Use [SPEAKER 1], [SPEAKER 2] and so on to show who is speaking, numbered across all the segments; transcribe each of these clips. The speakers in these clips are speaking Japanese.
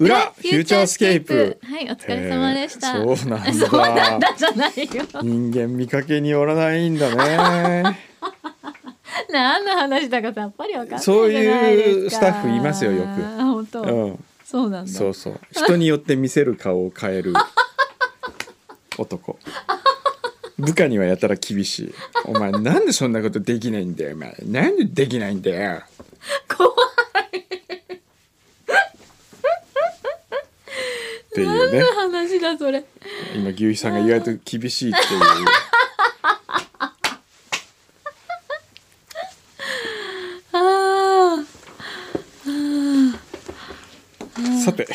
[SPEAKER 1] 裏フューチャースケープ。
[SPEAKER 2] はい、お疲れ様でした。
[SPEAKER 1] えーそうなんだ
[SPEAKER 2] そうなんだ じゃないよ。
[SPEAKER 1] 人間見かけによらないんだね
[SPEAKER 2] 何の話だかさっぱりわかんない
[SPEAKER 1] そういう
[SPEAKER 2] じゃないです
[SPEAKER 1] ス
[SPEAKER 2] か
[SPEAKER 1] タッフいますよよく
[SPEAKER 2] あ本当、
[SPEAKER 1] うん
[SPEAKER 2] そうなんだ。
[SPEAKER 1] そうそう人によって見せる顔を変 える男部下にはやたら厳しいお前なんでそんなことできないんだよお前なんでできないんだよ
[SPEAKER 2] 怖い。
[SPEAKER 1] っていうね
[SPEAKER 2] 何の話だそれ。
[SPEAKER 1] 今牛肥さんが意外と厳しいっていう
[SPEAKER 2] あ
[SPEAKER 1] さ て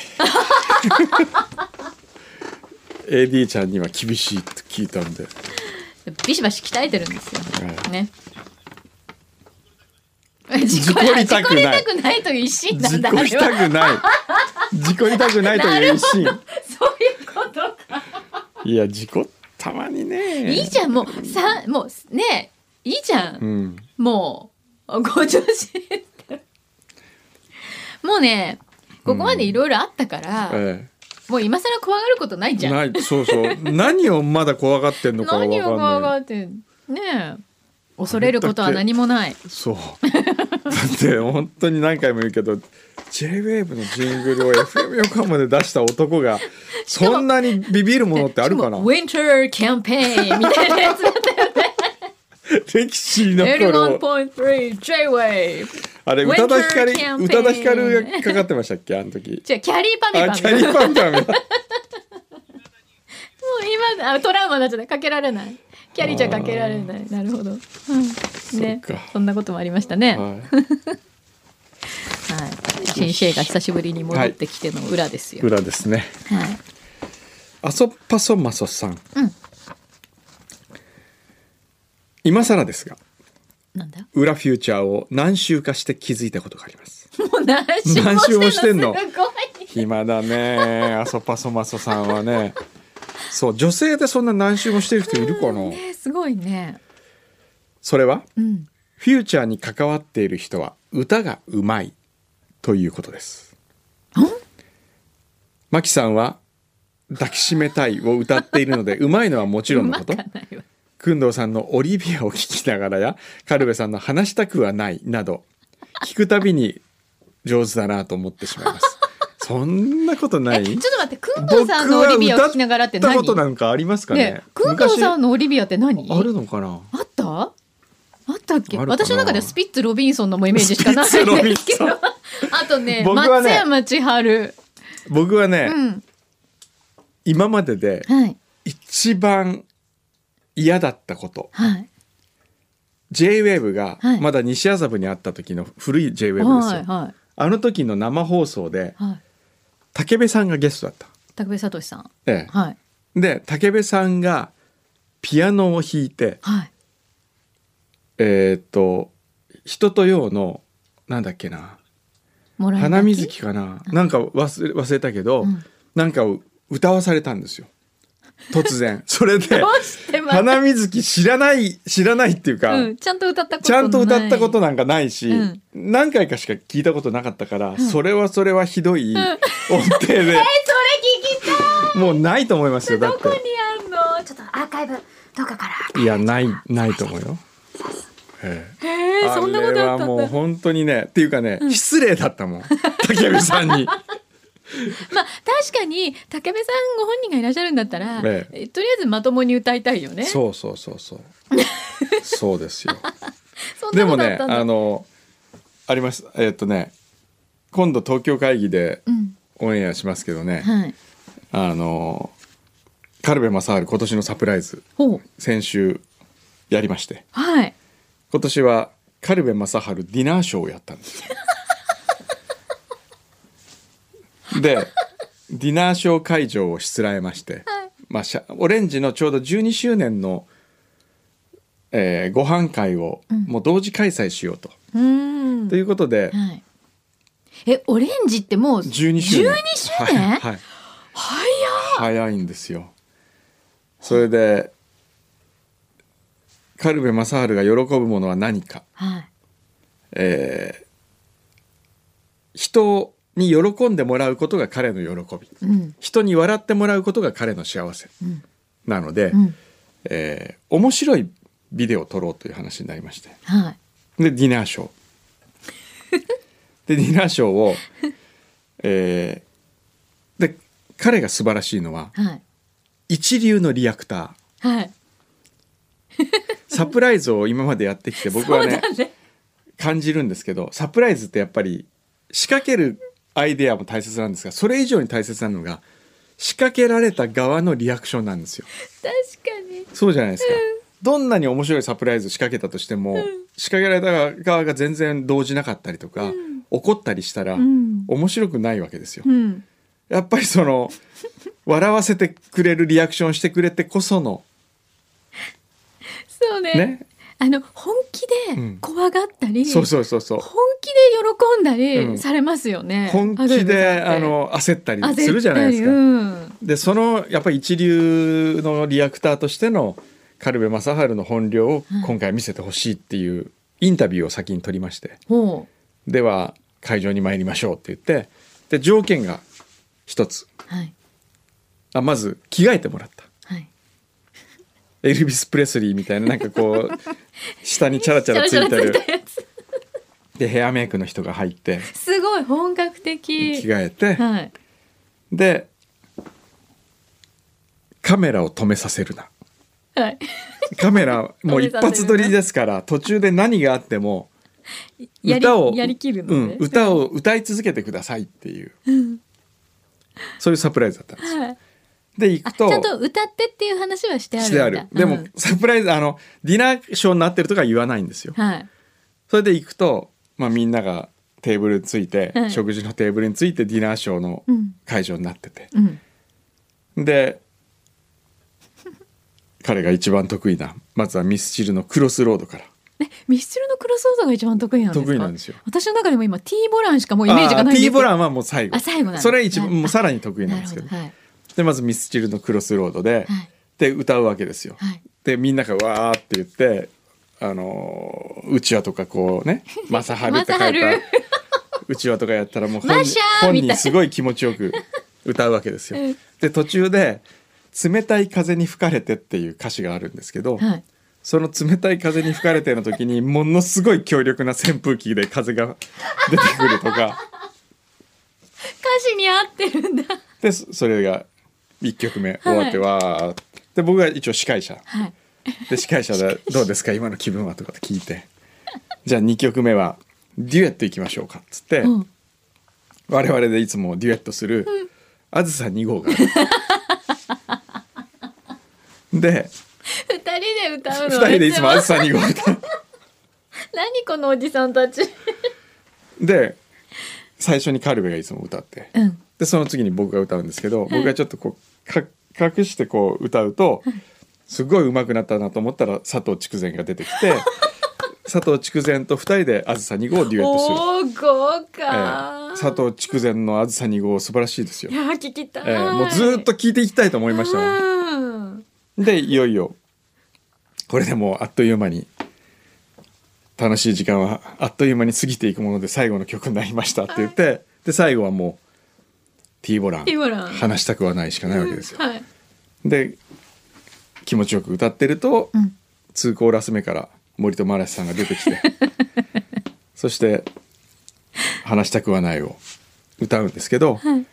[SPEAKER 1] AD ちゃんには厳しいって聞いたんで
[SPEAKER 2] あ、ビシバシ鍛えてるんですよ。
[SPEAKER 1] はい
[SPEAKER 2] ね。事
[SPEAKER 1] 故りたくない
[SPEAKER 2] 事故りたくないという一心 な
[SPEAKER 1] 事
[SPEAKER 2] んだ。
[SPEAKER 1] 故りたくない事故りたくないという一心
[SPEAKER 2] あれはそういうことか。
[SPEAKER 1] いや事故たまにね
[SPEAKER 2] いいじゃん、もう、さ、もう、ねえ、いいじゃん。
[SPEAKER 1] うん
[SPEAKER 2] もう、ご調子。もうね、ここまでいろいろあったから、
[SPEAKER 1] え
[SPEAKER 2] もう今更怖がることないじ
[SPEAKER 1] え、
[SPEAKER 2] ゃん。
[SPEAKER 1] ないそうそう何をまだ怖がってんのかが分
[SPEAKER 2] 何を
[SPEAKER 1] か
[SPEAKER 2] 怖
[SPEAKER 1] んな
[SPEAKER 2] が
[SPEAKER 1] い
[SPEAKER 2] って、ねえ。恐れることは何もない。
[SPEAKER 1] そうだって本当に何回も言うけど JWAVE のジングルを FM 横浜で出した男がそんなにビビるものってあるかな
[SPEAKER 2] ウィンターキャンペーンみたいなやつだったよね。
[SPEAKER 1] 歴史に残る
[SPEAKER 2] 81.3JWAVE。
[SPEAKER 1] あれ宇多田ヒカル
[SPEAKER 2] Winter Campaign
[SPEAKER 1] 宇多田ヒカルがかかってましたっけあの時
[SPEAKER 2] じゃあ、キャリーパミ
[SPEAKER 1] あ
[SPEAKER 2] パ
[SPEAKER 1] キャ
[SPEAKER 2] ミ。
[SPEAKER 1] リ
[SPEAKER 2] もう
[SPEAKER 1] ーパンパンだ
[SPEAKER 2] 今、あトラウマになっちゃった。かけられない。キャリーじゃかけられない。なるほど。うん、ね
[SPEAKER 1] そうか
[SPEAKER 2] そんなこともありましたね。
[SPEAKER 1] はい
[SPEAKER 2] はい、新シェイが久しぶりに戻ってきての裏ですよ。
[SPEAKER 1] 裏ですね
[SPEAKER 2] はい。
[SPEAKER 1] アソパソマソさん、
[SPEAKER 2] うん
[SPEAKER 1] 今更ですが
[SPEAKER 2] なんだ。も
[SPEAKER 1] 裏フューチャーを何週かして気づいたことがあります
[SPEAKER 2] う何周
[SPEAKER 1] 何周もしてんの
[SPEAKER 2] すごい。
[SPEAKER 1] 暇だ ねアソパソマソさんはねそう女性でそんな何周もしてる人いるかな
[SPEAKER 2] ね、すごいね。
[SPEAKER 1] それは
[SPEAKER 2] うん。
[SPEAKER 1] フューチャーに関わっている人は歌がうまいということですマキさんは抱きしめたいを歌っているのでうまいのはもちろ
[SPEAKER 2] うん
[SPEAKER 1] の
[SPEAKER 2] ま
[SPEAKER 1] こ
[SPEAKER 2] か
[SPEAKER 1] と
[SPEAKER 2] ないわ。
[SPEAKER 1] 工藤さんの「オリビア」を聞きながらや軽部さんの「話したくはない」など聞くたびに上手だなと思ってしまいますそんなことな
[SPEAKER 2] え、
[SPEAKER 1] い
[SPEAKER 2] ちょっと待って、くんど
[SPEAKER 1] 僕
[SPEAKER 2] うさんのオリビアを聞きながらって
[SPEAKER 1] は
[SPEAKER 2] 何。
[SPEAKER 1] 歌ったことなんかありますかね
[SPEAKER 2] ね、くんどうさ
[SPEAKER 1] 昔
[SPEAKER 2] んのオリビアって何。
[SPEAKER 1] あるのかな
[SPEAKER 2] あった。あったっけ。
[SPEAKER 1] あるかな
[SPEAKER 2] 私の中ではスピッツロビンソンのもうイメージしかないん
[SPEAKER 1] スピッツロビ
[SPEAKER 2] で
[SPEAKER 1] ン
[SPEAKER 2] すけ
[SPEAKER 1] ソ
[SPEAKER 2] ど。
[SPEAKER 1] ン
[SPEAKER 2] あとね、
[SPEAKER 1] 僕はね
[SPEAKER 2] 松山千春。
[SPEAKER 1] 僕はね、
[SPEAKER 2] うん。
[SPEAKER 1] 今までで
[SPEAKER 2] はい。
[SPEAKER 1] 一番嫌だったこと
[SPEAKER 2] はい。
[SPEAKER 1] JWAVE が
[SPEAKER 2] はい
[SPEAKER 1] まだ西麻布にあった時の古い JWAVE ですよ、
[SPEAKER 2] はい。は
[SPEAKER 1] あの時の生放送で
[SPEAKER 2] い。はい。
[SPEAKER 1] 武部さんがゲストだった、
[SPEAKER 2] 高部聡さん。
[SPEAKER 1] ええ
[SPEAKER 2] はい。
[SPEAKER 1] で武部さんがピアノを弾いて
[SPEAKER 2] はい。
[SPEAKER 1] えーっと「人とよう」のなんだっけな
[SPEAKER 2] も
[SPEAKER 1] 「
[SPEAKER 2] らい泣き
[SPEAKER 1] 花水木」かななんか忘れ忘れたけど、
[SPEAKER 2] うん
[SPEAKER 1] なんかを歌わされたんですよ突 然それで
[SPEAKER 2] どうし
[SPEAKER 1] 「
[SPEAKER 2] てまた
[SPEAKER 1] 花水木」知らない知らないっていうか、
[SPEAKER 2] うん、ちゃんと歌ったことな
[SPEAKER 1] ち
[SPEAKER 2] い
[SPEAKER 1] ゃんと歌ったことなんかないし、
[SPEAKER 2] うん
[SPEAKER 1] 何回かしか聞いたことなかったから、それはそれはひどい音程で、
[SPEAKER 2] それ聞き
[SPEAKER 1] もうないと思いますよだって
[SPEAKER 2] たいどこにあんのちょっとアーカイブどうかから
[SPEAKER 1] いやないないと思うよ。ええ
[SPEAKER 2] へえそんなことあった
[SPEAKER 1] れは
[SPEAKER 2] ん
[SPEAKER 1] もう
[SPEAKER 2] だ
[SPEAKER 1] 本当にねっていうかね、失礼だった もん竹部さんに
[SPEAKER 2] まあ確かに武部さんご本人がいらっしゃるんだったら、
[SPEAKER 1] え
[SPEAKER 2] えとりあえずまともに歌いたいよねそ
[SPEAKER 1] そうそうそうそうそうですよ
[SPEAKER 2] ん
[SPEAKER 1] で
[SPEAKER 2] な
[SPEAKER 1] も
[SPEAKER 2] ことあ
[SPEAKER 1] ね
[SPEAKER 2] ったんだ
[SPEAKER 1] あのありますえっとね今度東京会議で
[SPEAKER 2] うん
[SPEAKER 1] オンエアしますけどね、
[SPEAKER 2] はい
[SPEAKER 1] あの軽部正治今年のサプライズ
[SPEAKER 2] ほう
[SPEAKER 1] 先週やりまして
[SPEAKER 2] はい
[SPEAKER 1] 今年は軽部正治ディナーショーをやったんです よでディナーショー会場をしつらえまして、
[SPEAKER 2] はい
[SPEAKER 1] まあ、しゃオレンジのちょうど12周年の、えーご飯会を
[SPEAKER 2] ん
[SPEAKER 1] もう同時開催しようと。
[SPEAKER 2] うーん
[SPEAKER 1] ということで
[SPEAKER 2] はいえオレンジってもう
[SPEAKER 1] 12周年
[SPEAKER 2] 12周年
[SPEAKER 1] はいはい、早いんですよそれで軽部正治が喜ぶものは何か
[SPEAKER 2] はい
[SPEAKER 1] えー人に喜んでもらうことが彼の喜び
[SPEAKER 2] うん
[SPEAKER 1] 人に笑ってもらうことが彼の幸せ
[SPEAKER 2] うん
[SPEAKER 1] なので、
[SPEAKER 2] うん
[SPEAKER 1] えー面白いビデオを撮ろうという話になりまして
[SPEAKER 2] はい
[SPEAKER 1] でディナーショーでディナーショーを、 えーで彼が素晴らしいのは
[SPEAKER 2] はい
[SPEAKER 1] 一流のリアクター
[SPEAKER 2] はい
[SPEAKER 1] サプライズを今までやってきて僕はね
[SPEAKER 2] そうだね
[SPEAKER 1] 感じるんですけどサプライズってやっぱり仕掛けるアイデアも大切なんですがそれ以上に大切なのが仕掛けられた側のリアクションなんですよ
[SPEAKER 2] 確かに
[SPEAKER 1] そうじゃないですか、どんなに面白いサプライズ仕掛けたとしても、仕掛けられた側が全然動じなかったりとか、怒ったりしたら、
[SPEAKER 2] うん
[SPEAKER 1] 面白くないわけですよ、
[SPEAKER 2] うん
[SPEAKER 1] やっぱりその笑わせてくれるリアクションしてくれてこその
[SPEAKER 2] そうね
[SPEAKER 1] ね
[SPEAKER 2] あの本気
[SPEAKER 1] うん
[SPEAKER 2] で怖がったり、
[SPEAKER 1] そうそうそうそう
[SPEAKER 2] 本気で喜んだ
[SPEAKER 1] うん
[SPEAKER 2] りされますよね、
[SPEAKER 1] 本
[SPEAKER 2] アグ
[SPEAKER 1] 気
[SPEAKER 2] リ
[SPEAKER 1] で
[SPEAKER 2] さんって
[SPEAKER 1] あの焦ったり
[SPEAKER 2] あ
[SPEAKER 1] するじゃないですか、
[SPEAKER 2] 絶対うん
[SPEAKER 1] でそのやっぱり一流のリアクターとしての軽部正治の本領を今回見せてほしいっていうインタビューを先に取りまして
[SPEAKER 2] ほ
[SPEAKER 1] では会場に参りましょうって言ってで条件が一つ
[SPEAKER 2] うはい
[SPEAKER 1] あまず着替えてもらった
[SPEAKER 2] はい
[SPEAKER 1] エルビス・プレスリーみたいななんか こう下にチャラチャラついて
[SPEAKER 2] チャラチャラ
[SPEAKER 1] る
[SPEAKER 2] ついたやつ
[SPEAKER 1] でヘアメイクの人が入って
[SPEAKER 2] すごい本格
[SPEAKER 1] 着
[SPEAKER 2] 的
[SPEAKER 1] 替えて
[SPEAKER 2] はい
[SPEAKER 1] でカメラを止めさせるな
[SPEAKER 2] はい
[SPEAKER 1] カメラもう一発撮りですから途中で何があっても
[SPEAKER 2] やり
[SPEAKER 1] 歌を
[SPEAKER 2] やりきるの
[SPEAKER 1] う
[SPEAKER 2] ね、
[SPEAKER 1] ん、歌を歌い続けてくださいっていう、そういうサプライズだったんですよ
[SPEAKER 2] はい
[SPEAKER 1] で行
[SPEAKER 2] あ
[SPEAKER 1] く
[SPEAKER 2] ち
[SPEAKER 1] と
[SPEAKER 2] ゃんと歌ってっていう話はしてあるん
[SPEAKER 1] し
[SPEAKER 2] だ
[SPEAKER 1] てあるでも、
[SPEAKER 2] うん
[SPEAKER 1] サプライズあのディナーショーになってるとか言わないんですよ
[SPEAKER 2] はい
[SPEAKER 1] それで行くと、まあ、みんながテーブルについて、
[SPEAKER 2] はい
[SPEAKER 1] 食事のテーブルについてディナーショーの
[SPEAKER 2] うん
[SPEAKER 1] 会場になってて、
[SPEAKER 2] うん
[SPEAKER 1] で彼が一番得意なまずはミスチルの「クロスロード」から
[SPEAKER 2] えミスチルのクロスオードが一番得意なんですか
[SPEAKER 1] 得意なんですよ
[SPEAKER 2] 私の中でも今 T ボランしかもうイメージがないん
[SPEAKER 1] あ
[SPEAKER 2] です
[SPEAKER 1] T ボラ
[SPEAKER 2] ン
[SPEAKER 1] ンはもう最後
[SPEAKER 2] あ最後なんだ
[SPEAKER 1] それ一
[SPEAKER 2] は
[SPEAKER 1] 番
[SPEAKER 2] い
[SPEAKER 1] もうさらに得意なん
[SPEAKER 2] な
[SPEAKER 1] です
[SPEAKER 2] るほ
[SPEAKER 1] け
[SPEAKER 2] ど
[SPEAKER 1] ど
[SPEAKER 2] はい
[SPEAKER 1] でまずミスチルの「クロスロードで」
[SPEAKER 2] はい
[SPEAKER 1] で歌うわけですよ。
[SPEAKER 2] はい
[SPEAKER 1] でみんながわーって言ってあのーうちわとかこう ね「マサハル」って書いた
[SPEAKER 2] 正治
[SPEAKER 1] うちわとかやったらもう
[SPEAKER 2] マ
[SPEAKER 1] 本
[SPEAKER 2] シャー
[SPEAKER 1] 本
[SPEAKER 2] み
[SPEAKER 1] 人
[SPEAKER 2] たい
[SPEAKER 1] すごい気持ちよく歌うわけですよ
[SPEAKER 2] うん。
[SPEAKER 1] で途中で「冷たい風に吹かれて」っていう歌詞があるんですけど、
[SPEAKER 2] はい
[SPEAKER 1] その冷たい風に吹かれての時にものすごい強力な扇風機で風が出てくるとか。
[SPEAKER 2] 歌詞に合ってるんだ
[SPEAKER 1] でそそれが1曲目終わってわーって、で僕が一応司会者
[SPEAKER 2] はい
[SPEAKER 1] で司会者で「どうですか今の気分は?」とかって聞いてじゃあ2曲目はデュエットいきましょうかっつって、
[SPEAKER 2] うん
[SPEAKER 1] 我々でいつもデュエットする「あずさ2号」があるで
[SPEAKER 2] 二人で歌うの
[SPEAKER 1] 2人でいつも「あずさ2号」
[SPEAKER 2] 何このおじさんたち
[SPEAKER 1] で最初にカルベがいつも歌って
[SPEAKER 2] うん
[SPEAKER 1] でその次に僕が歌うんですけど、僕がちょっとこうか隠してこう歌うと、すごい上手くなったなと思ったら佐藤筑前が出てき て佐藤筑前と2人で「あずさ2号」をデュエットする、
[SPEAKER 2] おー豪
[SPEAKER 1] え
[SPEAKER 2] 華、
[SPEAKER 1] え佐藤筑前の「あずさ2号」素晴らしいですよ
[SPEAKER 2] い、やー聞きたい、
[SPEAKER 1] ええもうずっと聴いていきたいと思いましたもん
[SPEAKER 2] うん
[SPEAKER 1] でいよいよこれでもうあっという間に楽しい時間はあっという間に過ぎていくもので最後の曲になりましたって言って、で最後はもう T ボラン
[SPEAKER 2] T ボラン
[SPEAKER 1] 話したくはないしかないわけですよ。
[SPEAKER 2] はい
[SPEAKER 1] で気持ちよく歌ってると、
[SPEAKER 2] ん
[SPEAKER 1] 通行ラス目から森友嵐さんが出てき てそして「話したくはない」を歌うんですけど、
[SPEAKER 2] はい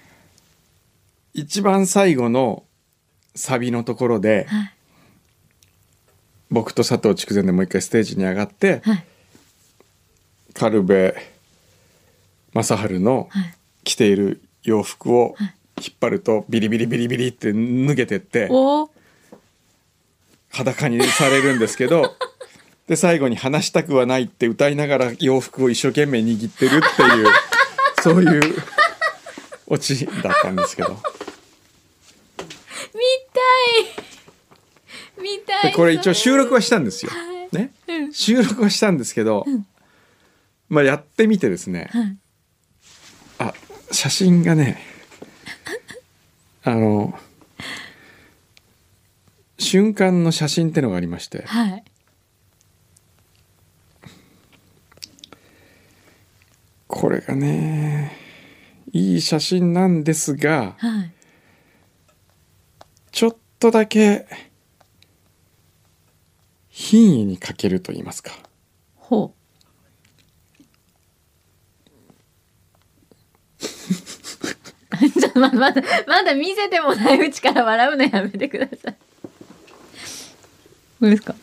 [SPEAKER 1] 一番最後のサビのところで、
[SPEAKER 2] はい
[SPEAKER 1] 僕と佐藤筑前でもう一回ステージに上がって
[SPEAKER 2] はい
[SPEAKER 1] 軽部正治の
[SPEAKER 2] はい
[SPEAKER 1] 着ている洋服を
[SPEAKER 2] はい
[SPEAKER 1] 引っ張るとビリビリビリビリって脱げてって
[SPEAKER 2] おー
[SPEAKER 1] 裸にされるんですけどで最後に「話したくはない」って歌いながら洋服を一生懸命握ってるっていうそういうオチだったんですけど
[SPEAKER 2] 見たい見た
[SPEAKER 1] で
[SPEAKER 2] い
[SPEAKER 1] これ一応
[SPEAKER 2] そ
[SPEAKER 1] 収録はしたんですよ。ね、
[SPEAKER 2] うん
[SPEAKER 1] 収録はしたんですけど、まあやってみてですね、
[SPEAKER 2] はい
[SPEAKER 1] あ写真がねあの瞬間の写真ってのがありまして
[SPEAKER 2] はい
[SPEAKER 1] これがねいい写真なんですが
[SPEAKER 2] はい。
[SPEAKER 1] ちょっとだけ品位に欠けると言いますか
[SPEAKER 2] ほう。 ちょっとまだまだまだ見せてもないうちから笑うのやめてください。どうですか。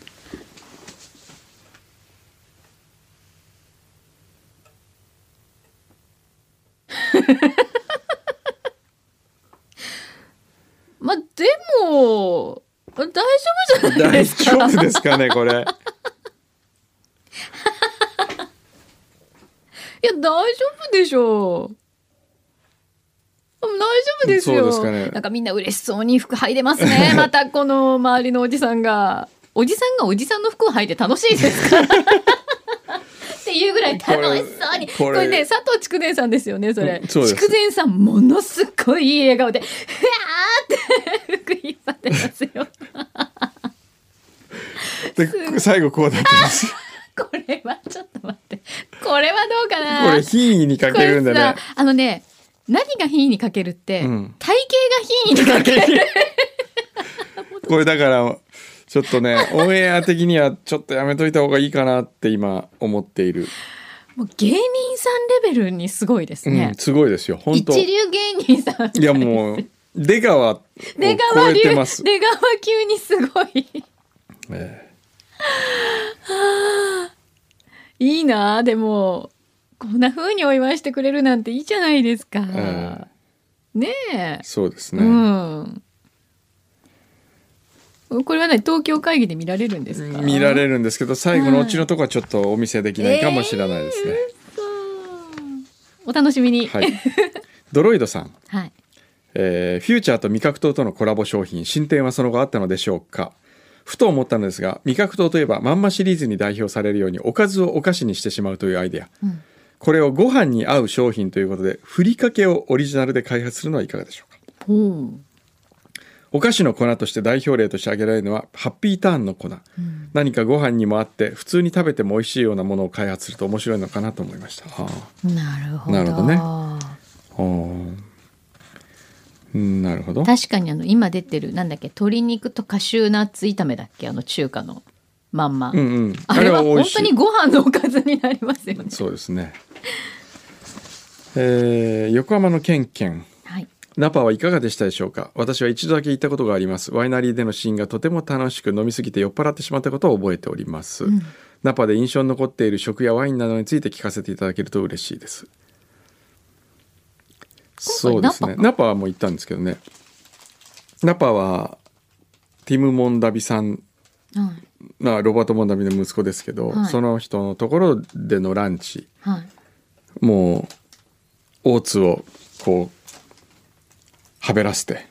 [SPEAKER 2] まあでも大丈夫じゃない
[SPEAKER 1] 大
[SPEAKER 2] ですか。
[SPEAKER 1] 丈夫ですかねこれ
[SPEAKER 2] いや大丈夫でしょう。でも大丈夫ですよ。
[SPEAKER 1] そうですかね
[SPEAKER 2] なんかみんな嬉しそうに服履いてますね。 またこの周りのおじさんが、おじさんがおじさんの服を履いて楽しいですか。 っていうぐらい楽しそうに。こ
[SPEAKER 1] これこ
[SPEAKER 2] れ
[SPEAKER 1] れ
[SPEAKER 2] ね佐藤筑前さんですよねそれ。
[SPEAKER 1] うんそうです
[SPEAKER 2] 筑前さんものすごいいい笑顔で、ふわーって服引っ張ってますよ。
[SPEAKER 1] で最後こうなってます
[SPEAKER 2] これはちょっと待って。これはどうかな。
[SPEAKER 1] これ品位に欠
[SPEAKER 2] こ
[SPEAKER 1] け
[SPEAKER 2] れ
[SPEAKER 1] るんだね
[SPEAKER 2] さあのね何が品位にかけるって、
[SPEAKER 1] うん
[SPEAKER 2] 体型が品位にかける
[SPEAKER 1] これだからちょっとねオンエア的にはちょっとやめといた方がいいかなって今思っている、
[SPEAKER 2] もう芸人さんレベルにすごいです
[SPEAKER 1] うん
[SPEAKER 2] ね、
[SPEAKER 1] すごいですよ本
[SPEAKER 2] 一
[SPEAKER 1] 当 い
[SPEAKER 2] 流芸人さん
[SPEAKER 1] やも う出川を超
[SPEAKER 2] 出川
[SPEAKER 1] え
[SPEAKER 2] 流
[SPEAKER 1] て
[SPEAKER 2] 出
[SPEAKER 1] ま
[SPEAKER 2] 川
[SPEAKER 1] す、
[SPEAKER 2] 級にすごい
[SPEAKER 1] え
[SPEAKER 2] いいなあでもこんな風にお祝いしてくれるなんていいじゃないですか、
[SPEAKER 1] ええ
[SPEAKER 2] ねえ
[SPEAKER 1] えそうですね、
[SPEAKER 2] うんこれはね東京会議で見られるんですか
[SPEAKER 1] 見られるんですけど最後のうちのとこはちょっとお見せできないかもしれないですね、
[SPEAKER 2] お楽しみに
[SPEAKER 1] はいドロイドさん、
[SPEAKER 2] はい
[SPEAKER 1] えーフューチャーと味覚糖とのコラボ商品進展はその後あったのでしょうかふと思ったのですが味覚糖といえばまんまシリーズに代表されるようにおかずをお菓子にしてしまうというアイデア、
[SPEAKER 2] ん
[SPEAKER 1] これをご飯に合う商品ということでふりかけをオリジナルで開発するのはいかがでしょうか
[SPEAKER 2] ほう
[SPEAKER 1] お菓子の粉として代表例として挙げられるのはハッピーターンの粉、何かご飯にもあって普通に食べても美味しいようなものを開発すると面白いのかなと思いましたあ
[SPEAKER 2] なるほど
[SPEAKER 1] なるほどねあうんなるほど
[SPEAKER 2] 確かにあの今出てるなんだっけ鶏肉とカシューナッツ炒めだっけあの中華のまんま、
[SPEAKER 1] うんうん
[SPEAKER 2] あれは
[SPEAKER 1] 美
[SPEAKER 2] 本
[SPEAKER 1] 味しい
[SPEAKER 2] 当にご飯のおかずになりますよね
[SPEAKER 1] そうですねえー横浜のケンケン
[SPEAKER 2] はい
[SPEAKER 1] ナパはいかがでしたでしょうか私は一度だけ行ったことがありますワイナリーでのシーンがとても楽しく飲みすぎて酔っ払ってしまったことを覚えております、ナパで印象に残っている食やワインなどについて聞かせていただけると嬉しいですそうですね
[SPEAKER 2] ナパか
[SPEAKER 1] ナパはもう行ったんですけどねナパはティム・モンダビさん
[SPEAKER 2] はい
[SPEAKER 1] まあロバート・モンダビの息子ですけど、
[SPEAKER 2] はい
[SPEAKER 1] その人のところでのランチ
[SPEAKER 2] はい
[SPEAKER 1] もうオーツをこうはべらせて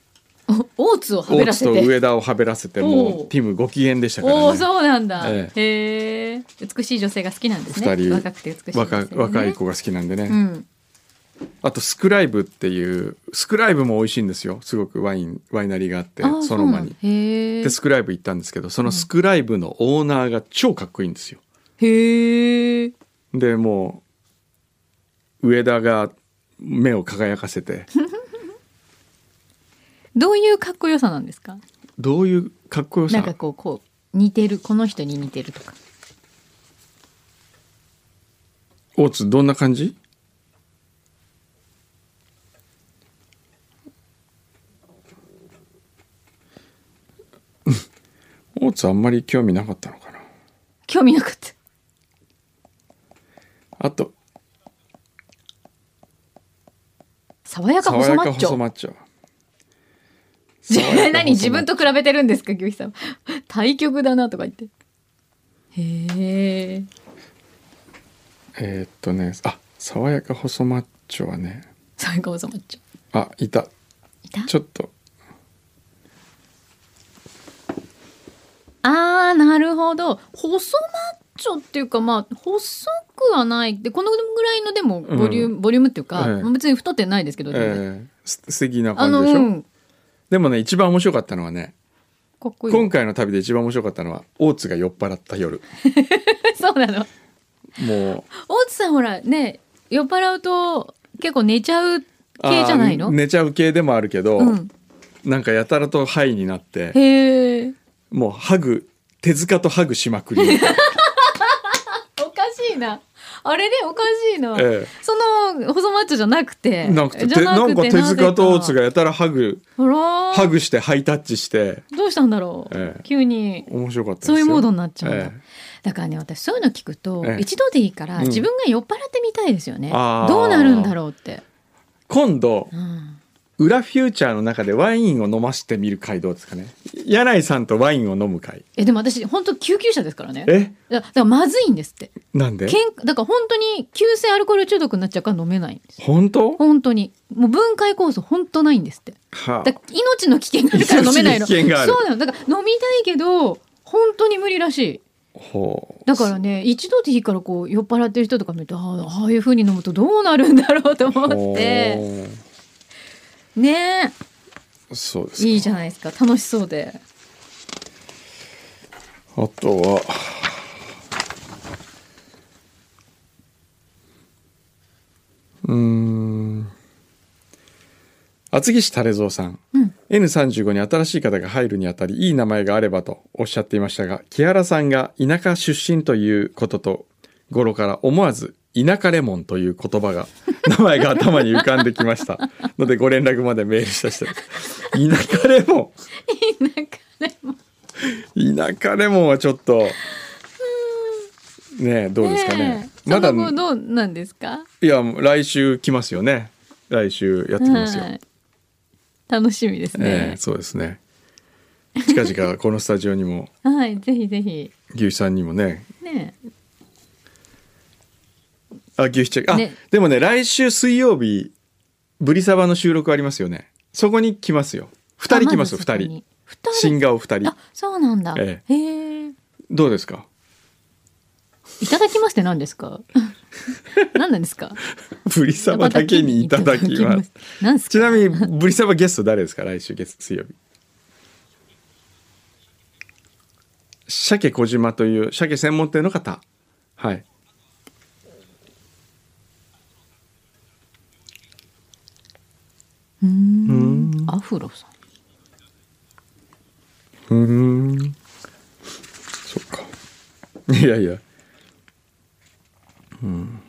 [SPEAKER 2] おオーツをは
[SPEAKER 1] オ
[SPEAKER 2] べ
[SPEAKER 1] ー
[SPEAKER 2] ら
[SPEAKER 1] ツ
[SPEAKER 2] せ
[SPEAKER 1] と
[SPEAKER 2] て
[SPEAKER 1] 上田をはべらせて
[SPEAKER 2] お
[SPEAKER 1] も
[SPEAKER 2] う
[SPEAKER 1] うティムご機嫌でしたから
[SPEAKER 2] おおー
[SPEAKER 1] ね
[SPEAKER 2] そうなんだ、
[SPEAKER 1] え
[SPEAKER 2] へえ美しい女性が好きなんです
[SPEAKER 1] お
[SPEAKER 2] ね
[SPEAKER 1] 二人
[SPEAKER 2] 若くて美しい女性
[SPEAKER 1] 若
[SPEAKER 2] ね、
[SPEAKER 1] 若い子が好きなんでね、
[SPEAKER 2] うん
[SPEAKER 1] あとスクライブっていうスクライブも美味しいんですよすごくワインワイナリーがあって
[SPEAKER 2] あー
[SPEAKER 1] その場に
[SPEAKER 2] うなんへえ
[SPEAKER 1] でスクライブ行ったんですけどそのスクライブのオーナーが超かっこいいんですよ
[SPEAKER 2] へえ
[SPEAKER 1] でもう上田が目を輝かせて
[SPEAKER 2] どういうかっこよさなんですか
[SPEAKER 1] どういうかっこよ
[SPEAKER 2] な
[SPEAKER 1] さ
[SPEAKER 2] んかこうこう似てるこの人に似てるとか
[SPEAKER 1] 大津どんな感じうん大津あんまり興味なかったのかな
[SPEAKER 2] 興味なかった
[SPEAKER 1] あと
[SPEAKER 2] 爽やか
[SPEAKER 1] 爽
[SPEAKER 2] 細
[SPEAKER 1] や
[SPEAKER 2] マ
[SPEAKER 1] か
[SPEAKER 2] ッチ
[SPEAKER 1] 細
[SPEAKER 2] ョ
[SPEAKER 1] マッチョ
[SPEAKER 2] 何自分と比べてるんですか牛肥さん 対局だなとか言ってへえ
[SPEAKER 1] えーっとねあ爽やか細マッチョはね
[SPEAKER 2] 爽やか細マッチョ
[SPEAKER 1] あいた
[SPEAKER 2] いた
[SPEAKER 1] ちょっと
[SPEAKER 2] あーなるほど細マッチョっていうかまあ細くはないでこのぐらいのでもボリューム、ボリュームっていうか、
[SPEAKER 1] ええ
[SPEAKER 2] まあ別に太ってないですけど、
[SPEAKER 1] え
[SPEAKER 2] 全然
[SPEAKER 1] ー、す素敵な
[SPEAKER 2] あ
[SPEAKER 1] 感
[SPEAKER 2] の
[SPEAKER 1] じでし
[SPEAKER 2] う
[SPEAKER 1] ょ、
[SPEAKER 2] ん
[SPEAKER 1] でもね一番面白かったのはね
[SPEAKER 2] かっこい
[SPEAKER 1] 今
[SPEAKER 2] い
[SPEAKER 1] 回の旅で一番面白かったのは大津が酔っ払った夜
[SPEAKER 2] そうなの
[SPEAKER 1] もう
[SPEAKER 2] 大津さんほらね酔っ払うと結構寝ちゃう系じゃな
[SPEAKER 1] あ
[SPEAKER 2] い
[SPEAKER 1] ー
[SPEAKER 2] の
[SPEAKER 1] 寝ちゃう系でもあるけど、
[SPEAKER 2] うん。
[SPEAKER 1] なんかやたらとハイになって
[SPEAKER 2] へえ。
[SPEAKER 1] もうハグ手塚とハグしまく り、
[SPEAKER 2] おかしいな。あれね、おかしいな。
[SPEAKER 1] え
[SPEAKER 2] その、細マッチョじゃなくて。
[SPEAKER 1] え、なんかて
[SPEAKER 2] じゃ
[SPEAKER 1] なんか手塚と大津
[SPEAKER 2] が。
[SPEAKER 1] がやたらハグ
[SPEAKER 2] あら
[SPEAKER 1] ハグしてハイタッチして
[SPEAKER 2] どうしたんだろう、
[SPEAKER 1] ええ
[SPEAKER 2] 急に。
[SPEAKER 1] 面白かったですよ
[SPEAKER 2] そういうモードになっちゃうんだ。
[SPEAKER 1] ええ
[SPEAKER 2] だからね、私そういうの聞くと、
[SPEAKER 1] ええ
[SPEAKER 2] 一度でいいから、
[SPEAKER 1] うん
[SPEAKER 2] 自分が酔っ払ってみたいですよね。
[SPEAKER 1] あー
[SPEAKER 2] どうなるんだろうって。
[SPEAKER 1] 今度
[SPEAKER 2] うん
[SPEAKER 1] 裏フューチャーの中でワインを飲ましてみる回どうですかね柳井さんとワインを飲む回
[SPEAKER 2] え、でも私、本当救急車ですからね。だ
[SPEAKER 1] え
[SPEAKER 2] だからまずいんですって。
[SPEAKER 1] なんで
[SPEAKER 2] けんだから本当に急性アルコール中毒になっちゃうから飲めないんです。
[SPEAKER 1] 本当
[SPEAKER 2] 本当に。もう分解酵素本当ないんですって。
[SPEAKER 1] は
[SPEAKER 2] だ
[SPEAKER 1] あ
[SPEAKER 2] から命の危険があるから飲めないの。
[SPEAKER 1] 命の危険がある
[SPEAKER 2] そうなの。だから飲みたいけど、本当に無理らしい。
[SPEAKER 1] ほう
[SPEAKER 2] だからね、一度でいいからこう酔っ払ってる人とか見ると、ああああいう風に飲むとどうなるんだろうと思って。
[SPEAKER 1] ほ
[SPEAKER 2] ね
[SPEAKER 1] うそうです
[SPEAKER 2] え、
[SPEAKER 1] か
[SPEAKER 2] いいじゃないですか。楽しそうで。
[SPEAKER 1] あとはうーん厚木市垂れ蔵さん
[SPEAKER 2] うん。
[SPEAKER 1] N35 に新しい方が入るにあたりいい名前があればとおっしゃっていましたが木原さんが田舎出身ということと頃から思わず田舎レモンという言葉 が名前が頭に浮かんできましたのでご連絡までメールした人です田舎レモ
[SPEAKER 2] なんかね、もう
[SPEAKER 1] ン田舎レモンはちょっとねえどうですかね
[SPEAKER 2] え
[SPEAKER 1] まだ
[SPEAKER 2] その後どうなんですか
[SPEAKER 1] いやもう来週来ますよね来週やってきますよ、
[SPEAKER 2] はい楽しみです
[SPEAKER 1] え
[SPEAKER 2] ね
[SPEAKER 1] え。そうですね近々このスタジオにも
[SPEAKER 2] はい、ぜひぜひ。
[SPEAKER 1] 牛さんにもね
[SPEAKER 2] ねえ
[SPEAKER 1] あ、牛七あ、
[SPEAKER 2] ね
[SPEAKER 1] でもね、来週水曜日、ブリサバの収録ありますよね。そこに来ますよ。二人来ますよ、二
[SPEAKER 2] あずそこ
[SPEAKER 1] 人
[SPEAKER 2] に。二人
[SPEAKER 1] 新顔二人
[SPEAKER 2] あ。、そうなんだ。
[SPEAKER 1] え
[SPEAKER 2] へえ。
[SPEAKER 1] どうですか
[SPEAKER 2] いただきますって何ですか。 何なんですか。
[SPEAKER 1] ブリサバだけにいただきます。。
[SPEAKER 2] なんです
[SPEAKER 1] ち
[SPEAKER 2] か。
[SPEAKER 1] なみに、ブリサバゲスト誰ですか来週月水曜日。鮭小島という鮭専門店の方。はい。
[SPEAKER 2] うーん
[SPEAKER 1] うん。
[SPEAKER 2] アフロさん。
[SPEAKER 1] うーん。そっか。いやいや。うん。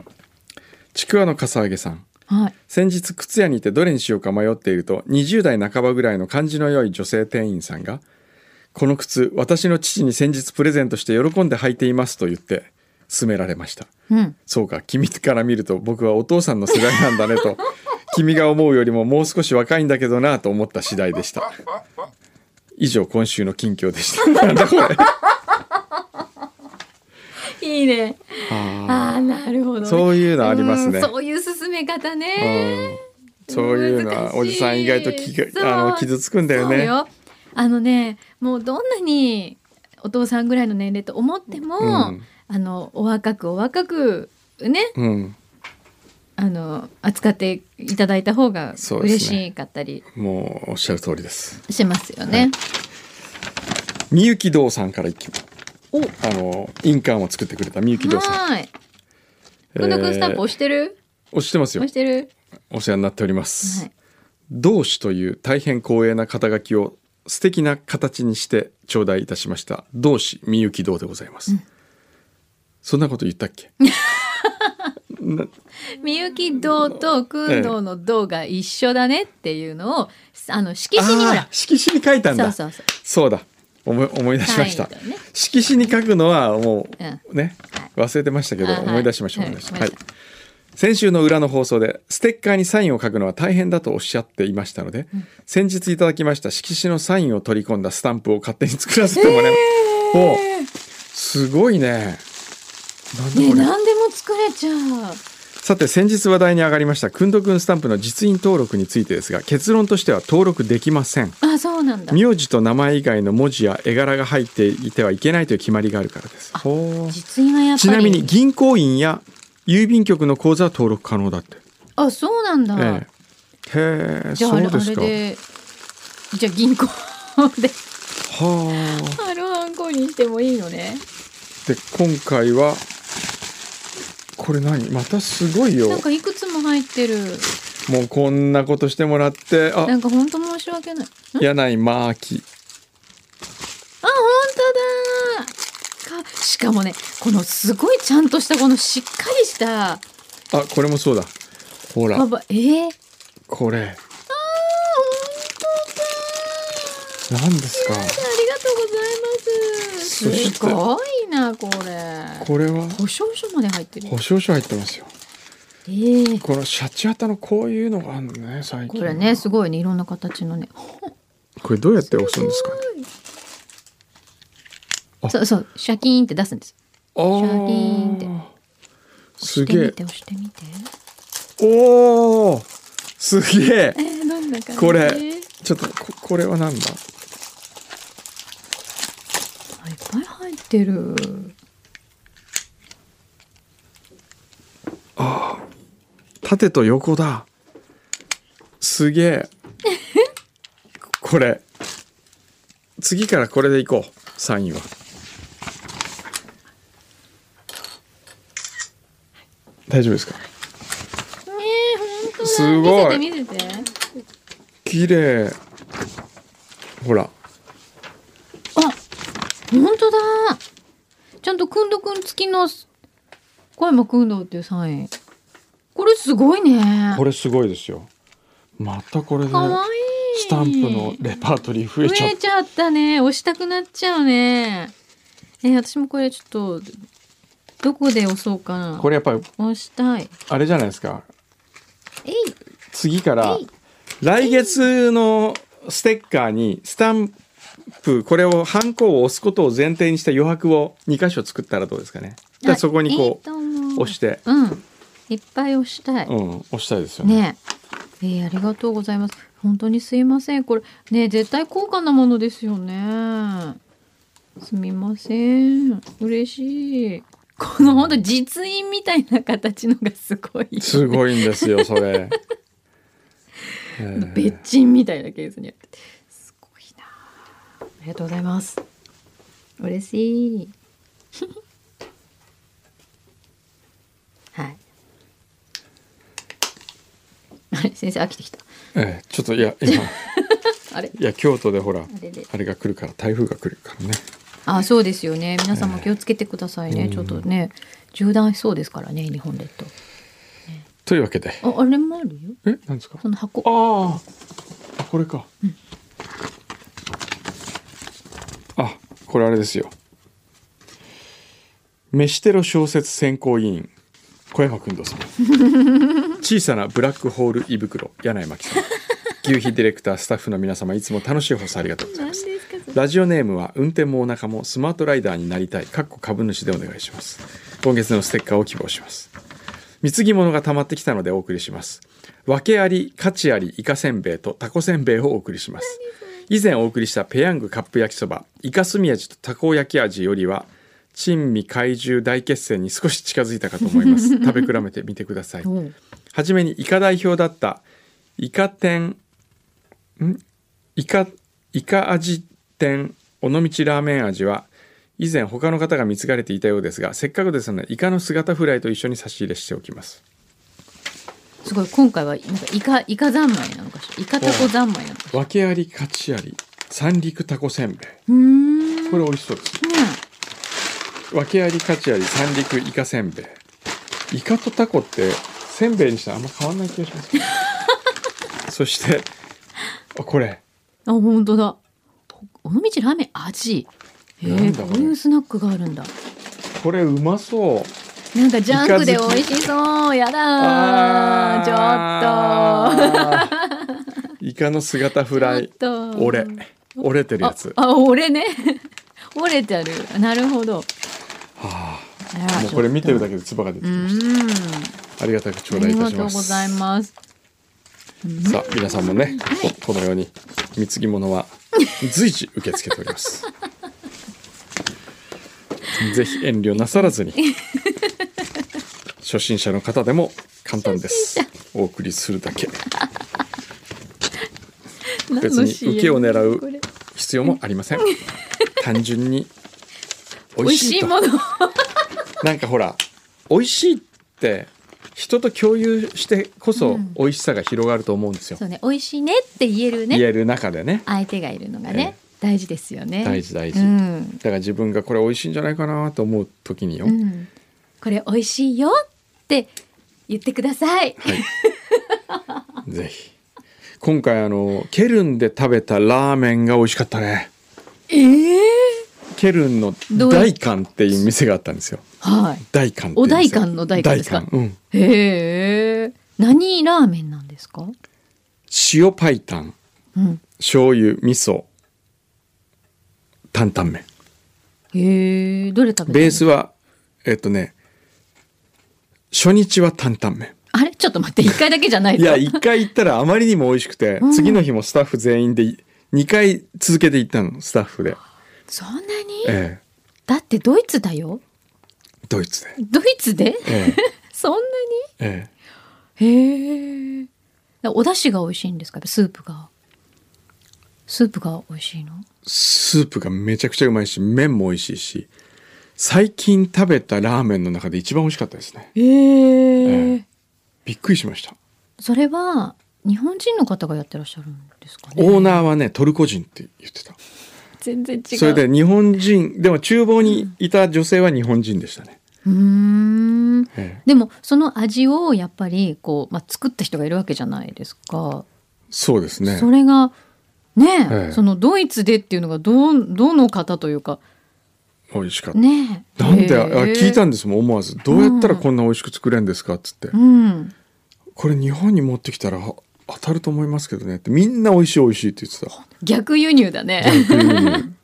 [SPEAKER 1] ちくわのかさあげさん。
[SPEAKER 2] はい。
[SPEAKER 1] 先日靴屋にいてどれにしようか迷っていると20代半ばぐらいの感じの良い女性店員さんが「この靴私の父に先日プレゼントして喜んで履いています」と言って勧められました
[SPEAKER 2] うん。
[SPEAKER 1] そうか君から見ると僕はお父さんの世代なんだねと君が思うよりももう少し若いんだけどなと思った次第でした以上今週の近況でしたなんだこれ
[SPEAKER 2] いいね。
[SPEAKER 1] あ
[SPEAKER 2] ああ、なるほどね、
[SPEAKER 1] そういうのありますね
[SPEAKER 2] うんそういう進め方
[SPEAKER 1] ー
[SPEAKER 2] ね。
[SPEAKER 1] うんそういうのはおじさん意外と気が
[SPEAKER 2] そう
[SPEAKER 1] あの傷つくんだよ
[SPEAKER 2] そう
[SPEAKER 1] ね
[SPEAKER 2] よ。あのね、もうどんなにお父さんぐらいの年齢と思っても、
[SPEAKER 1] うん
[SPEAKER 2] あのお若くお若くね、
[SPEAKER 1] うん
[SPEAKER 2] あの扱っていただいた方が
[SPEAKER 1] そうですね
[SPEAKER 2] 嬉しかったり
[SPEAKER 1] もうおっしゃる通りです
[SPEAKER 2] しますよね。
[SPEAKER 1] みゆき堂さんからいき
[SPEAKER 2] お
[SPEAKER 1] あの印鑑を作ってくれたみゆき堂さん。
[SPEAKER 2] はーい。くんどくんスタン
[SPEAKER 1] えー
[SPEAKER 2] プ押してる、
[SPEAKER 1] 押してますよ
[SPEAKER 2] 押してる
[SPEAKER 1] お世話になっております、
[SPEAKER 2] はい。
[SPEAKER 1] 同志という大変光栄な肩書きを素敵な形にして頂戴いたしました同志みゆき堂でございます、そんなこと言ったっけな
[SPEAKER 2] みゆき堂とくんどうの堂が一緒だねっていうのを、あの色紙にほ
[SPEAKER 1] あ
[SPEAKER 2] ら
[SPEAKER 1] ー、色紙に書いたんだ
[SPEAKER 2] そう
[SPEAKER 1] そう
[SPEAKER 2] そうそう。
[SPEAKER 1] だ思い思い出しました、
[SPEAKER 2] サインとね
[SPEAKER 1] 色紙に書くのはもう
[SPEAKER 2] うん。
[SPEAKER 1] ね、忘れてましたけど、
[SPEAKER 2] あはい
[SPEAKER 1] 思い出しましょう、
[SPEAKER 2] はい
[SPEAKER 1] 思い出しま
[SPEAKER 2] は
[SPEAKER 1] し
[SPEAKER 2] い
[SPEAKER 1] たはい先週の裏の放送でステッカーにサインを書くのは大変だとおっしゃっていましたので、先日いただきました色紙のサインを取り込んだスタンプを勝手に作らせてもらい、おすごいねなんだ
[SPEAKER 2] ね、
[SPEAKER 1] これ
[SPEAKER 2] 何でも作れちゃう。
[SPEAKER 1] さて先日話題に上がりましたくんどくんスタンプの実印登録についてですが結論としては登録できません
[SPEAKER 2] あ、そうなんだ。
[SPEAKER 1] 名字と名前以外の文字や絵柄が入っていてはいけないという決まりがあるからですほう
[SPEAKER 2] 実印はやっぱり。
[SPEAKER 1] ちなみに銀行員や郵便局の口座は登録可能だって。
[SPEAKER 2] あ、そうなんだ。
[SPEAKER 1] ええ、へえ、
[SPEAKER 2] じゃ
[SPEAKER 1] そ
[SPEAKER 2] ああれ
[SPEAKER 1] う
[SPEAKER 2] あ
[SPEAKER 1] です
[SPEAKER 2] れ
[SPEAKER 1] か。
[SPEAKER 2] で、じゃあ銀行で
[SPEAKER 1] はあ。
[SPEAKER 2] あのハンコにしてもいいのね。
[SPEAKER 1] で今回はこれ何またすごいよ
[SPEAKER 2] なん。かいくつも入ってる。
[SPEAKER 1] もうこんなことしてもらってあ
[SPEAKER 2] なんか本当申し訳ない。あ、
[SPEAKER 1] 柳井真ー
[SPEAKER 2] 本当だー。かしかもね、このすごいちゃんとしたこのしっかりした、
[SPEAKER 1] あこれもそうだほ
[SPEAKER 2] ま
[SPEAKER 1] ら
[SPEAKER 2] ばえー、
[SPEAKER 1] これ何ですか
[SPEAKER 2] ありがとうございます。
[SPEAKER 1] そして
[SPEAKER 2] すごいなこれ。
[SPEAKER 1] これは
[SPEAKER 2] 保証書まで入ってる。
[SPEAKER 1] 保証書入ってますよ
[SPEAKER 2] えー、
[SPEAKER 1] このシャチハタのこういうのがあるのね最
[SPEAKER 2] こ
[SPEAKER 1] 近
[SPEAKER 2] れねすごいねいろんな形のね。
[SPEAKER 1] これどうやって押すんですかねあ
[SPEAKER 2] そうそうシャキーンって出すんです。
[SPEAKER 1] あー
[SPEAKER 2] シャリーンって
[SPEAKER 1] すげえ
[SPEAKER 2] 押してみて押してみて。
[SPEAKER 1] おーすげえ
[SPEAKER 2] えー、どんな感じ？
[SPEAKER 1] これちょっとここれはなんだ
[SPEAKER 2] あいっぱい入ってる。
[SPEAKER 1] 縦と横だすげえこれ次からこれでいこうサインは大丈夫ですか
[SPEAKER 2] ねえ本当だ。
[SPEAKER 1] すごい
[SPEAKER 2] 見せて見せて。
[SPEAKER 1] 綺麗ほら
[SPEAKER 2] あ本当だ。ちゃんとくんどくん付きの小山くんどうっていうサイン。これすごいね。
[SPEAKER 1] これすごいですよまたこれで
[SPEAKER 2] かわいい。
[SPEAKER 1] スタンプのレパートリー増えち
[SPEAKER 2] 増
[SPEAKER 1] ゃっ
[SPEAKER 2] えちゃったね。押したくなっちゃうね。えー、私もこれちょっとどこで押そうか
[SPEAKER 1] た
[SPEAKER 2] な。
[SPEAKER 1] これやっぱり
[SPEAKER 2] 押したい。
[SPEAKER 1] あれじゃないですか
[SPEAKER 2] えい
[SPEAKER 1] 次から
[SPEAKER 2] えい
[SPEAKER 1] 来月のステッカーにスタンプこれをハンコを押すことを前提にした余白を2箇所作ったらどうですかねだからそこにこう
[SPEAKER 2] う
[SPEAKER 1] 押して、
[SPEAKER 2] うん。いっぱい押したい。
[SPEAKER 1] うん、押したいですよね
[SPEAKER 2] ねえ。えーありがとうございます。本当にすいません。これねえ絶対高価なものですよね。すみません。嬉しい。この本当実印みたいな形のがすごい。
[SPEAKER 1] すごいんですよそ れ、えー
[SPEAKER 2] 別人みたいなケースにあってすごいなありがとうございます嬉しい はいあれ先生飽きてきた
[SPEAKER 1] えーちょっといや今い
[SPEAKER 2] あれ
[SPEAKER 1] や京都でほら
[SPEAKER 2] あれで
[SPEAKER 1] あれが来るから台風が来るからね
[SPEAKER 2] あそうですよね皆さんも気をつけてくださいね、
[SPEAKER 1] うん
[SPEAKER 2] ちょっとね縦断しそうですからね日本列
[SPEAKER 1] というわけで
[SPEAKER 2] 島ああれもあるよ
[SPEAKER 1] えなんですか
[SPEAKER 2] その箱
[SPEAKER 1] あーあこれか、あこれあれですよ飯テロ小説選考委員小山君堂 さん小さなブラックホール胃袋柳井真紀さん牛皮ディレクタースタッフの皆様いつも楽しい放送ありがとうござい
[SPEAKER 2] 何
[SPEAKER 1] ま
[SPEAKER 2] ですすかそ れ
[SPEAKER 1] ラジオネームは運転もお腹もスマートライダーになりたい、かっこ株主でお願いします。今月のステッカーを希望します。貢ぎ物が溜まってきたのでお送りします。訳あり、価値あり、イカせんべいとタコせんべいをお送りします。以前お送りしたペヤングカップ焼きそば、イカスミ味とタコ焼き味よりは、珍味怪獣大決戦に少し近づいたかと思います。食べ比べてみてください。
[SPEAKER 2] うん
[SPEAKER 1] はじめにイカ代表だったイカ店んイカイカ味店尾道ラーメン味は以前他の方が見つかれていたようですがせっかくですのでイカの姿フライと一緒に差し入れしておきます
[SPEAKER 2] すごい今回はなんかイカイカ三昧なのかしらイカタコ三昧なのかしら
[SPEAKER 1] 訳あり勝ちあり三陸タコせんべいう
[SPEAKER 2] ーん
[SPEAKER 1] これ美味しそうです
[SPEAKER 2] ね
[SPEAKER 1] 訳あり勝ちあり三陸イカせんべいイカとタコってせんべいにしたらあんま変わんない気がしますけどそしてあこれ
[SPEAKER 2] あ、本当だ。尾道ラーメン味。へ
[SPEAKER 1] な
[SPEAKER 2] え、
[SPEAKER 1] んだ
[SPEAKER 2] こ
[SPEAKER 1] これ
[SPEAKER 2] ういうスナックがあるんだ。
[SPEAKER 1] これうまそう
[SPEAKER 2] なんかジャンクで
[SPEAKER 1] イカ好き
[SPEAKER 2] 美味しそう。やだー。ちょっ
[SPEAKER 1] っと。 イカの姿フライ
[SPEAKER 2] ちょっ。と
[SPEAKER 1] 折れ。折れてる
[SPEAKER 2] と。
[SPEAKER 1] や
[SPEAKER 2] あ
[SPEAKER 1] つ、。
[SPEAKER 2] あ俺ね。 折れてある。なるほど。
[SPEAKER 1] は
[SPEAKER 2] あ
[SPEAKER 1] あ、
[SPEAKER 2] ら
[SPEAKER 1] もうこれ見てるだ
[SPEAKER 2] ち
[SPEAKER 1] けで唾が出て
[SPEAKER 2] ょっとう
[SPEAKER 1] きまし
[SPEAKER 2] ん。
[SPEAKER 1] た。ありがたく頂
[SPEAKER 2] あ
[SPEAKER 1] 戴
[SPEAKER 2] り
[SPEAKER 1] いた
[SPEAKER 2] が
[SPEAKER 1] し
[SPEAKER 2] とう
[SPEAKER 1] ま
[SPEAKER 2] ご
[SPEAKER 1] す。
[SPEAKER 2] ざいます。
[SPEAKER 1] さあ、皆さんもね、ここのように貢ぎ物は随時受け付けており ます。ぜひ遠慮なさらず に。初心者の方でも簡単です。お送りするだけ別に受けを狙う
[SPEAKER 2] 何の CM これ
[SPEAKER 1] 必要もありません。単純に美
[SPEAKER 2] 美
[SPEAKER 1] 味
[SPEAKER 2] 味
[SPEAKER 1] し
[SPEAKER 2] し
[SPEAKER 1] い
[SPEAKER 2] い
[SPEAKER 1] と
[SPEAKER 2] もの。
[SPEAKER 1] なんかほら美味しいって人と共有してこ
[SPEAKER 2] う
[SPEAKER 1] そ
[SPEAKER 2] ん
[SPEAKER 1] 美味しさが広がると思うんですよ、
[SPEAKER 2] そうね美味しいねって言えるね
[SPEAKER 1] 言える中でね
[SPEAKER 2] 相手がいるのがね
[SPEAKER 1] え、
[SPEAKER 2] 大事ですよね
[SPEAKER 1] 大事大事
[SPEAKER 2] うん
[SPEAKER 1] だから自分がこれ美味しいんじゃないかなと思う時によ、
[SPEAKER 2] うん、これ美味しいよって言ってください
[SPEAKER 1] はい。ぜひ。今回あのケルンで食べたラーメンが美味しかったね。
[SPEAKER 2] ええ
[SPEAKER 1] ケルンの大館っていう店があったんですよ。
[SPEAKER 2] はい
[SPEAKER 1] 大館っていう店。
[SPEAKER 2] お大館の大館ですか
[SPEAKER 1] 大うん。
[SPEAKER 2] へえ何ラーメンなんですか
[SPEAKER 1] 塩パイタン、
[SPEAKER 2] うん
[SPEAKER 1] 醤油、味噌、担々麺。
[SPEAKER 2] へえどれ食べたの
[SPEAKER 1] ベースはえっとね、初日は担々麺。
[SPEAKER 2] あれちょっと待って一回だけじゃない
[SPEAKER 1] い
[SPEAKER 2] と
[SPEAKER 1] や一回行ったらあまりにも美味しくて、
[SPEAKER 2] うん
[SPEAKER 1] 次の日もスタッフ全員で2回続けて行ったのスタッフで、
[SPEAKER 2] そんなに、
[SPEAKER 1] え
[SPEAKER 2] だってドイツだよ
[SPEAKER 1] え、ドイツで。
[SPEAKER 2] ドイツで
[SPEAKER 1] ええ
[SPEAKER 2] そんな
[SPEAKER 1] ええ
[SPEAKER 2] にへえお出汁が美味しいんですかスープがスープが美味しいの
[SPEAKER 1] スープがめちゃくちゃうまいし麺も美味しいし最近食べたラーメンの中で一番美味しかったですね
[SPEAKER 2] へ
[SPEAKER 1] ええびっくりしました
[SPEAKER 2] それは日本人の方がやってらっしゃるんですかね
[SPEAKER 1] オーナー
[SPEAKER 2] ー
[SPEAKER 1] はねトルコ人って言ってた
[SPEAKER 2] 全然違う
[SPEAKER 1] それで日本人でも厨房にいた女性は日本人でしたね、
[SPEAKER 2] うーん
[SPEAKER 1] ええ、
[SPEAKER 2] でもその味をやっぱりこう、まあ、作った人がいるわけじゃないですか、
[SPEAKER 1] そうですね
[SPEAKER 2] それがねえ、
[SPEAKER 1] ええ
[SPEAKER 2] そのドイツでっていうのがどうどの方というか
[SPEAKER 1] 美味しかった、
[SPEAKER 2] ねえ
[SPEAKER 1] なんで、あ聞いた
[SPEAKER 2] ん
[SPEAKER 1] んですもん思わずどうやったらこんな美味しく作れるんですかっつって、
[SPEAKER 2] うん
[SPEAKER 1] これ日本に持ってきたら当たると思いますけどねってみんな美味しい美味しいって言ってた
[SPEAKER 2] 逆輸入だね
[SPEAKER 1] うん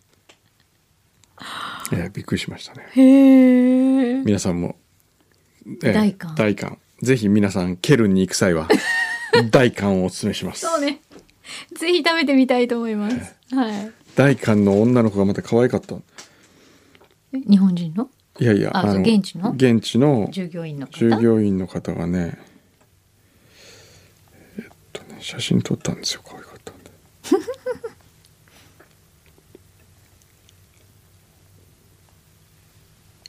[SPEAKER 1] ええびっくりしましたね。
[SPEAKER 2] へえ
[SPEAKER 1] 皆さんも、
[SPEAKER 2] 大観
[SPEAKER 1] 大観ぜひ皆さんケルンに行く際 は大観をお勧めします。
[SPEAKER 2] そうねぜひ食べてみたいと思いますはい
[SPEAKER 1] 大観の女の子がまた可愛かった。い
[SPEAKER 2] え日本人の
[SPEAKER 1] やいや、
[SPEAKER 2] あそう現地の
[SPEAKER 1] 現地の
[SPEAKER 2] 従業員の方
[SPEAKER 1] 従業員の方がね、えっとね写真撮ったんですよ。可愛かったんで。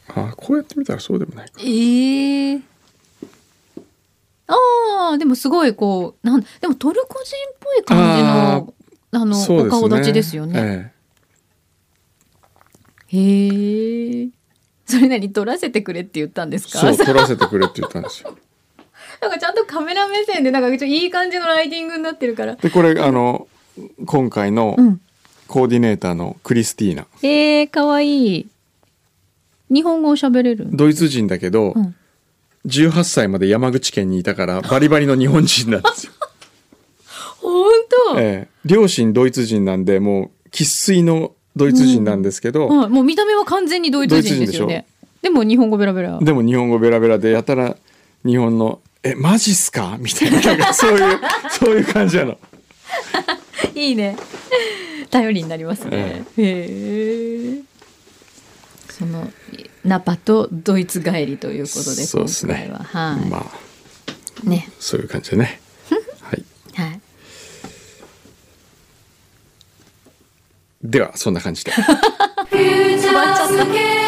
[SPEAKER 1] あこうやって見たらそうでもないか。
[SPEAKER 2] ええああ、でもすごいこう、なん、でもトルコ人っぽい感じの、あの、
[SPEAKER 1] そう
[SPEAKER 2] お
[SPEAKER 1] ですね
[SPEAKER 2] 顔立ちですよね。
[SPEAKER 1] ええ
[SPEAKER 2] へえ。それなりに撮らせてくれって言ったんですか。
[SPEAKER 1] そう撮らせてくれって言ったんですよ。
[SPEAKER 2] なんかちゃんとカメラ目線で、なんかちょっといい感じのライティングになってるから。
[SPEAKER 1] でこれあの今回の
[SPEAKER 2] うん。
[SPEAKER 1] コーディネーターのクリスティーナ、
[SPEAKER 2] ええー、可愛い日本語を喋れる。
[SPEAKER 1] ドイツ人だけど、
[SPEAKER 2] うん。
[SPEAKER 1] 18歳まで山口県にいたからバリバリの日本人なんですよ。
[SPEAKER 2] 本当。
[SPEAKER 1] ええ両親ドイツ人なんでもう生粋のドイツ人なんですけど、
[SPEAKER 2] はい、もう見た目は完全にドイツ人ですよね。でも日本語ベラベラ。
[SPEAKER 1] でも日本語ベラベラでやたら日本の「えマジっすか?」みたいななんかそういうそういう感じなの。
[SPEAKER 2] いいね。 頼りになりますね。へえ。そのナパとドイツ帰りということで、
[SPEAKER 1] そうですね
[SPEAKER 2] 今回ははい、
[SPEAKER 1] まあ
[SPEAKER 2] ね、
[SPEAKER 1] そういう感じでね。はい、
[SPEAKER 2] はい。
[SPEAKER 1] ではそんな感じで。
[SPEAKER 3] 「フューチャースケープ」